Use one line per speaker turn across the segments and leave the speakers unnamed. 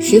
十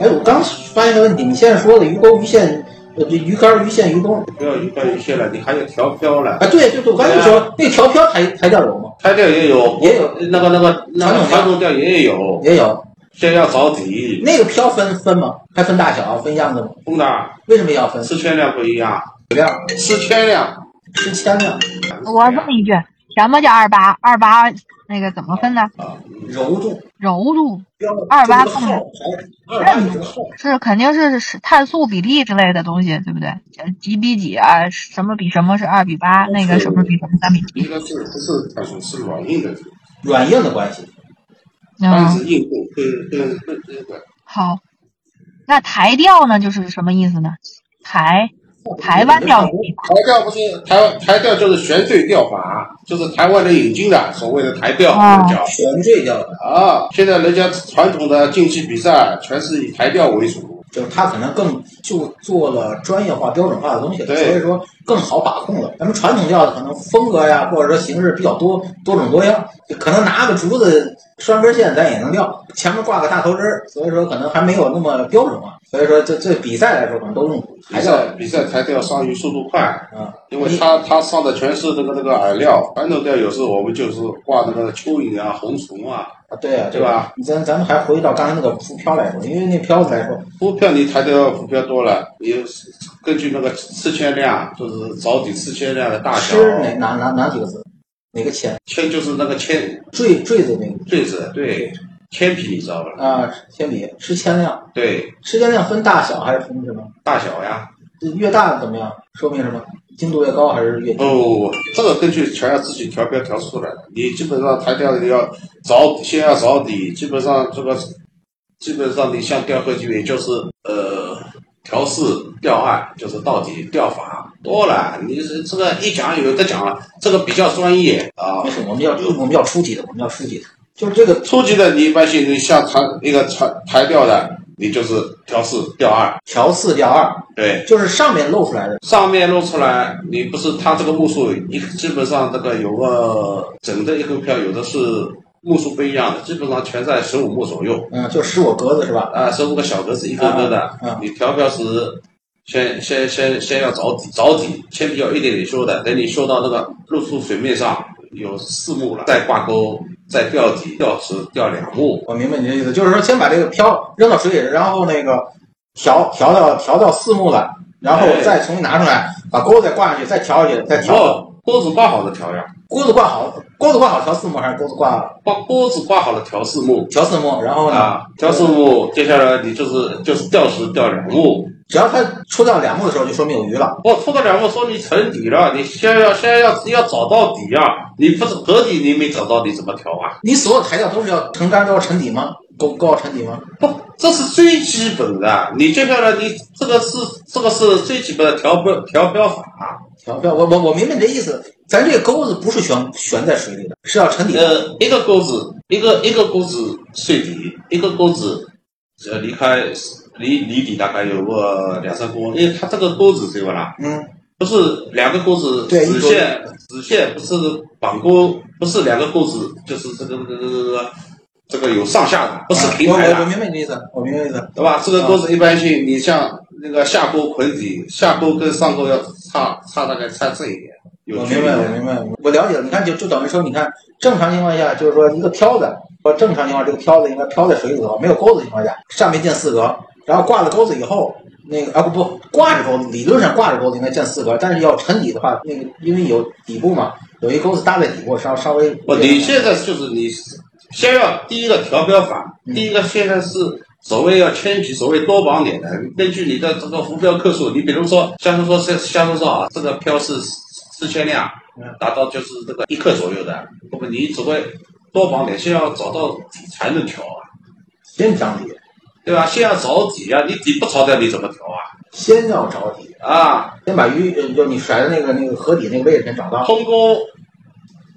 哎，我刚发现个问题，你现在说的鱼钩、鱼线，呃，这鱼竿、鱼线、鱼钩
不要一般一些了，你还有调漂了，
啊，对对对，我啊刚才就说那调漂台台钓有吗？
拍钓也有，
也有
那个那个那个传统钓也有，
也有。
先要找底，
那个漂分分吗？还分大小、分样子吗？
风的
为什么要分？
四千两不一样，
质量、
四千两。
是铅啊量、
我问一句，什么叫二八？二八那个怎么分呢？
啊，嗯
柔度、
柔度
标
二八
就是
纵
厚还二八就是厚，
是肯定是是碳素比例之类的东西，对不对？呃几比几啊？什么比什么是二比八？那个什么比什么三比
一
七？
个是不是传统是软硬的，
软硬的关系。
但
嗯，
是硬度跟跟跟那个
好。那台钓呢，就是什么意思呢？台台湾钓鱼，
台钓不是台台钓就是悬坠钓法，就是台湾的引进的所谓的台钓
哦
叫
悬坠钓的，
啊。现在人家传统的竞技比赛全是以台钓为主，
就是它可能更就做了专业化、标准化的东西，所
对
以说更好把控了。咱们传统钓的可能风格呀，或者说形式比较多多种多样，可能拿个竹子拴根线咱也能钓，前面挂个大头针儿，所以说可能还没有那么标准化。所以说这这比赛来说，可能都用
比
还钓
赛比赛台钓上鱼速度快，
啊，
因为它它上的全是那个那个饵料，传统钓有时候我们就是挂那个蚯蚓啊、红虫啊，
啊对啊，
对吧？
咱咱们还回到刚才那个浮漂来说，因为那漂子来说，
浮漂你台钓浮漂多了，你根据那个刺铅量，就是找底刺铅量的大小，
吃哪哪哪哪几个字？哪个铅？
铅就是那个铅
坠坠子那个
坠子，对，铅笔你知道吧？
啊，铅笔吃铅量，
对，
吃铅量分大小还是分什么？
大小呀。
越大怎么样？说明什么？精度越高还是越低？
哦，这个根据全要自己调标调出来的。你基本上台钓你要找先要找底，基本上这个基本上你像钓科技也就是呃调试钓岸，就是到底钓法多了。你是这个一讲有的讲了，这个比较专业啊
没。事，我们要我们要初级的，我们要初级的，就是这个
初级的你一般性你像台那个台台钓的，你就是调试钓岸，
调四调二，
对。
就是上面露出来的
上面露出来，你不是它这个目数，一基本上这个有个整的一个票，有的是目数不一样的，基本上全在十五目左右，
嗯，就使我格子是吧？
啊，十五个小格子一个个的，
嗯嗯
你调票时。先先先先要找底找底，铅笔要一点点修的，等你修到那个露出水面上有四目了，再挂钩，再钓底，钓时钓两目，
我明白你的意思，就是说先把这个漂扔到水里，然后那个调调到调到四目了，然后
哎
再重新拿出来，把钩子再挂上去，再调下去，再
然
调。
后钩子挂好了调呀，
钩子挂好，钩子挂好调四目还是钩子挂
把钩子挂好了调四目
调四目？然后呢，
啊，调四目，接下来你就是就是钓时钓两目，
只要它出到两目的时候，就说明有鱼了。
我出个两步哦说你沉底了，你先要先要要找到底啊！你不是河底，你没找到，你怎么调啊？
你所有抬钓都是要成竿都要沉底吗？钩钩要沉底吗？
不，这是最基本的。你接下来你这个是这个是最基本的调标调标法。啊
调漂，我我我明白你这意思，咱这个钩子不是悬悬在水里的，是要沉底的。
呃，一个钩子，一个一个钩子碎底，一个钩子呃离开离离底大概有个两三公分，因为它这个钩子对吧啦？
嗯，
不是两个钩子，
对一
子
钩
线子线不是绑钩，不是两个钩子，就是这个这个这个这个有上下的，不是平
我
排
我我
的，
明白你的意思，我明白你的意思。
对吧？这个钩子一般性，你像那个下钩捆底，下钩跟上钩要差差大概差这一点，有
我
距
明
离
白，
啊
我
的。
明白，我了解了。你看，就就等于说，你看，正常情况下，就是说一个漂子，说正常情况下，这个漂子应该漂在水里头，没有钩子的情况下，上面建四格，然后挂了钩子以后，那个啊不不，挂着钩子，理论上挂着钩子应该建四格，但是要沉底的话，那个因为有底部嘛，有一钩子搭在底部，稍稍微。
我你现在就是你先要第一个调标法，
嗯
第一个现在是。所谓要牵起，所谓多绑点的，根据你的这个浮标克数，你比如说，像是说是，像是说啊，这个漂是四千辆，达到就是这个一克左右的，那么你只会多绑点，先要找到底才能调啊。
真张力，
对吧？先要找底啊，你底不朝调，你怎么调啊？
先要找底，
啊，
先把鱼呃就你甩的那个那个河底那个位置先找到。
通过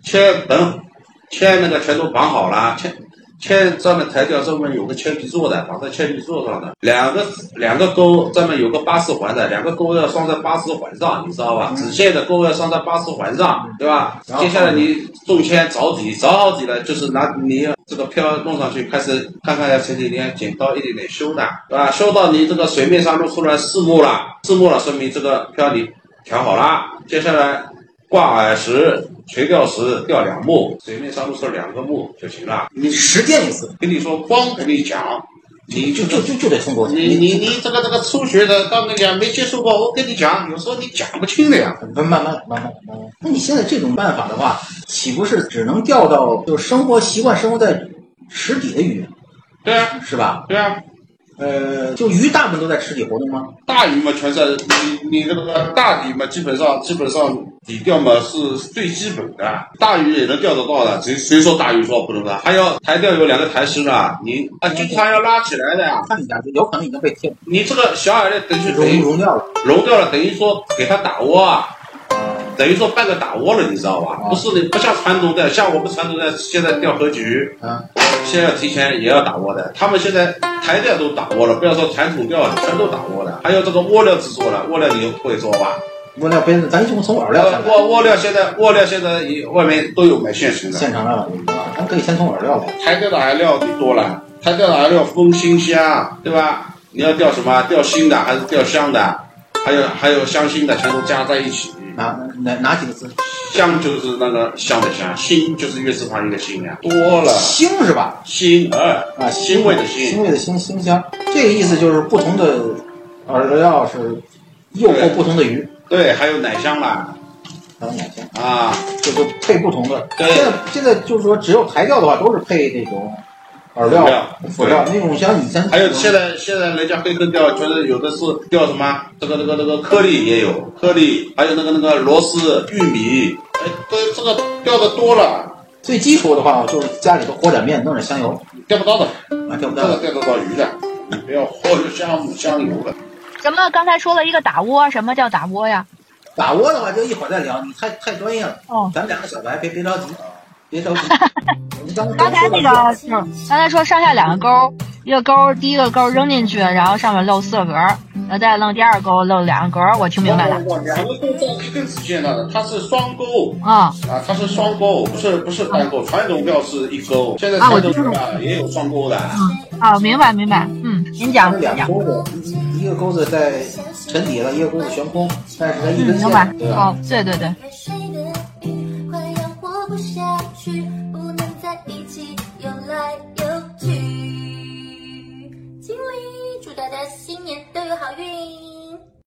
铅本铅那个全都绑好了，铅铅专门抬吊，专门有个铅皮座的，绑在铅皮座上的，两个两个钩专门有个八字环的，两个钩要双在八字环上，你知道吧？直线的钩要双在八字环上，对吧？
嗯然后
接下来你中铅找底，找好底了就是拿你这个漂弄上去，开始看看要前几天剪刀一点点修的，对吧？修到你这个水面上露出来四目了，四目了说明这个漂你调好了，接下来挂饵时、垂钓时钓两目，水面上露出两个目就行了。
你实践一次，
跟你说，光跟你讲，你
就
就
就就就得通过
你你你这个这个初学者，刚跟你讲没接触过，我跟你讲，有时候你讲不清的呀。
慢慢慢慢慢慢。那你现在这种办法的话，岂不是只能钓到就是生活习惯生活在池底的鱼，
对啊，
是吧？
对啊，
呃，就鱼大部分都在池底活动吗？
大鱼嘛，全在你你这个大底嘛，基本上基本上底钓嘛是最基本的，大鱼也能钓得到的。谁谁说大鱼说不能的？还要抬钓有两个抬式呢，你啊经常要拉起来的呀。
看你家就有可能已经被天
你这个小饵料等于等
融
于
融掉了。
融掉了，等于说给它打窝啊。等于说半个打窝了，你知道吧？
啊
不是你不像传统的，像我们传统的现在钓河局，
啊，
现在提前也要打窝的。他们现在台钓都打窝了，不要说传统钓了，全都打窝的。还有这个窝料制作了，窝料你又不会做吧？
我那边咱从从饵料
呃
上，来，
窝窝料现在窝料现在也外面都有买现成的，
现场料理啊，咱可以先从饵料来。
台钓的饵料你多了，台钓的饵料分新虾，对吧？你要钓什么？钓新的还是钓香的？还有还有香新的，全都加在一起。
拿哪哪几个字？
香就是那个香的香，新就是月字旁一个新呀，多了。
腥是吧？
新饵
啊，
腥味的
腥
腥，
味的腥，腥香。这个意思就是不同的饵料是诱惑
对
不同的鱼，
对，还有奶香啦
还有奶香，
啊，
就是配不同的。
对
现在现在就是说，只有台钓的话，都是配那种饵
料
料、辅料那种，像以前
还有现在现在人家黑坑钓，觉得有的是钓什么，这个这个这个颗粒也有颗粒，还有那个那个螺丝、玉米，哎，这这个钓的多了，
最基础的话，就是家里头火斩面弄点香油
钓不到的，
啊，钓不
这
到
个。钓得到鱼的，你不要或者香香油的。
咱们刚才说了一个打窝，什么叫打窝呀？
打窝的话，就一会儿再聊，你太太专业了。
哦，
咱们两个小白，别别着急，别 着急。我们刚
刚才那个是刚才说上下两个钩，一个钩第一个钩扔进去，然后上面漏四个格儿，然后再弄第二钩漏两个格儿，我听明白了。
什么钩钩一根直线的，它是双钩
啊、
啊，它是双钩，不是不是单钩，传统钓是一钩，现在
啊我
传
知道
统钓也有双钩的。
啊，明白明白，嗯，您讲
两
您
个
讲，
钩子，一个钩子在沉底了，一个钩子悬空，但是它一
嗯，
根
明白
线，对，吧？
哦，对对对，
泪水的雨，快要活不下去，不能在一起游来游去。经理，祝大家新年都有好运。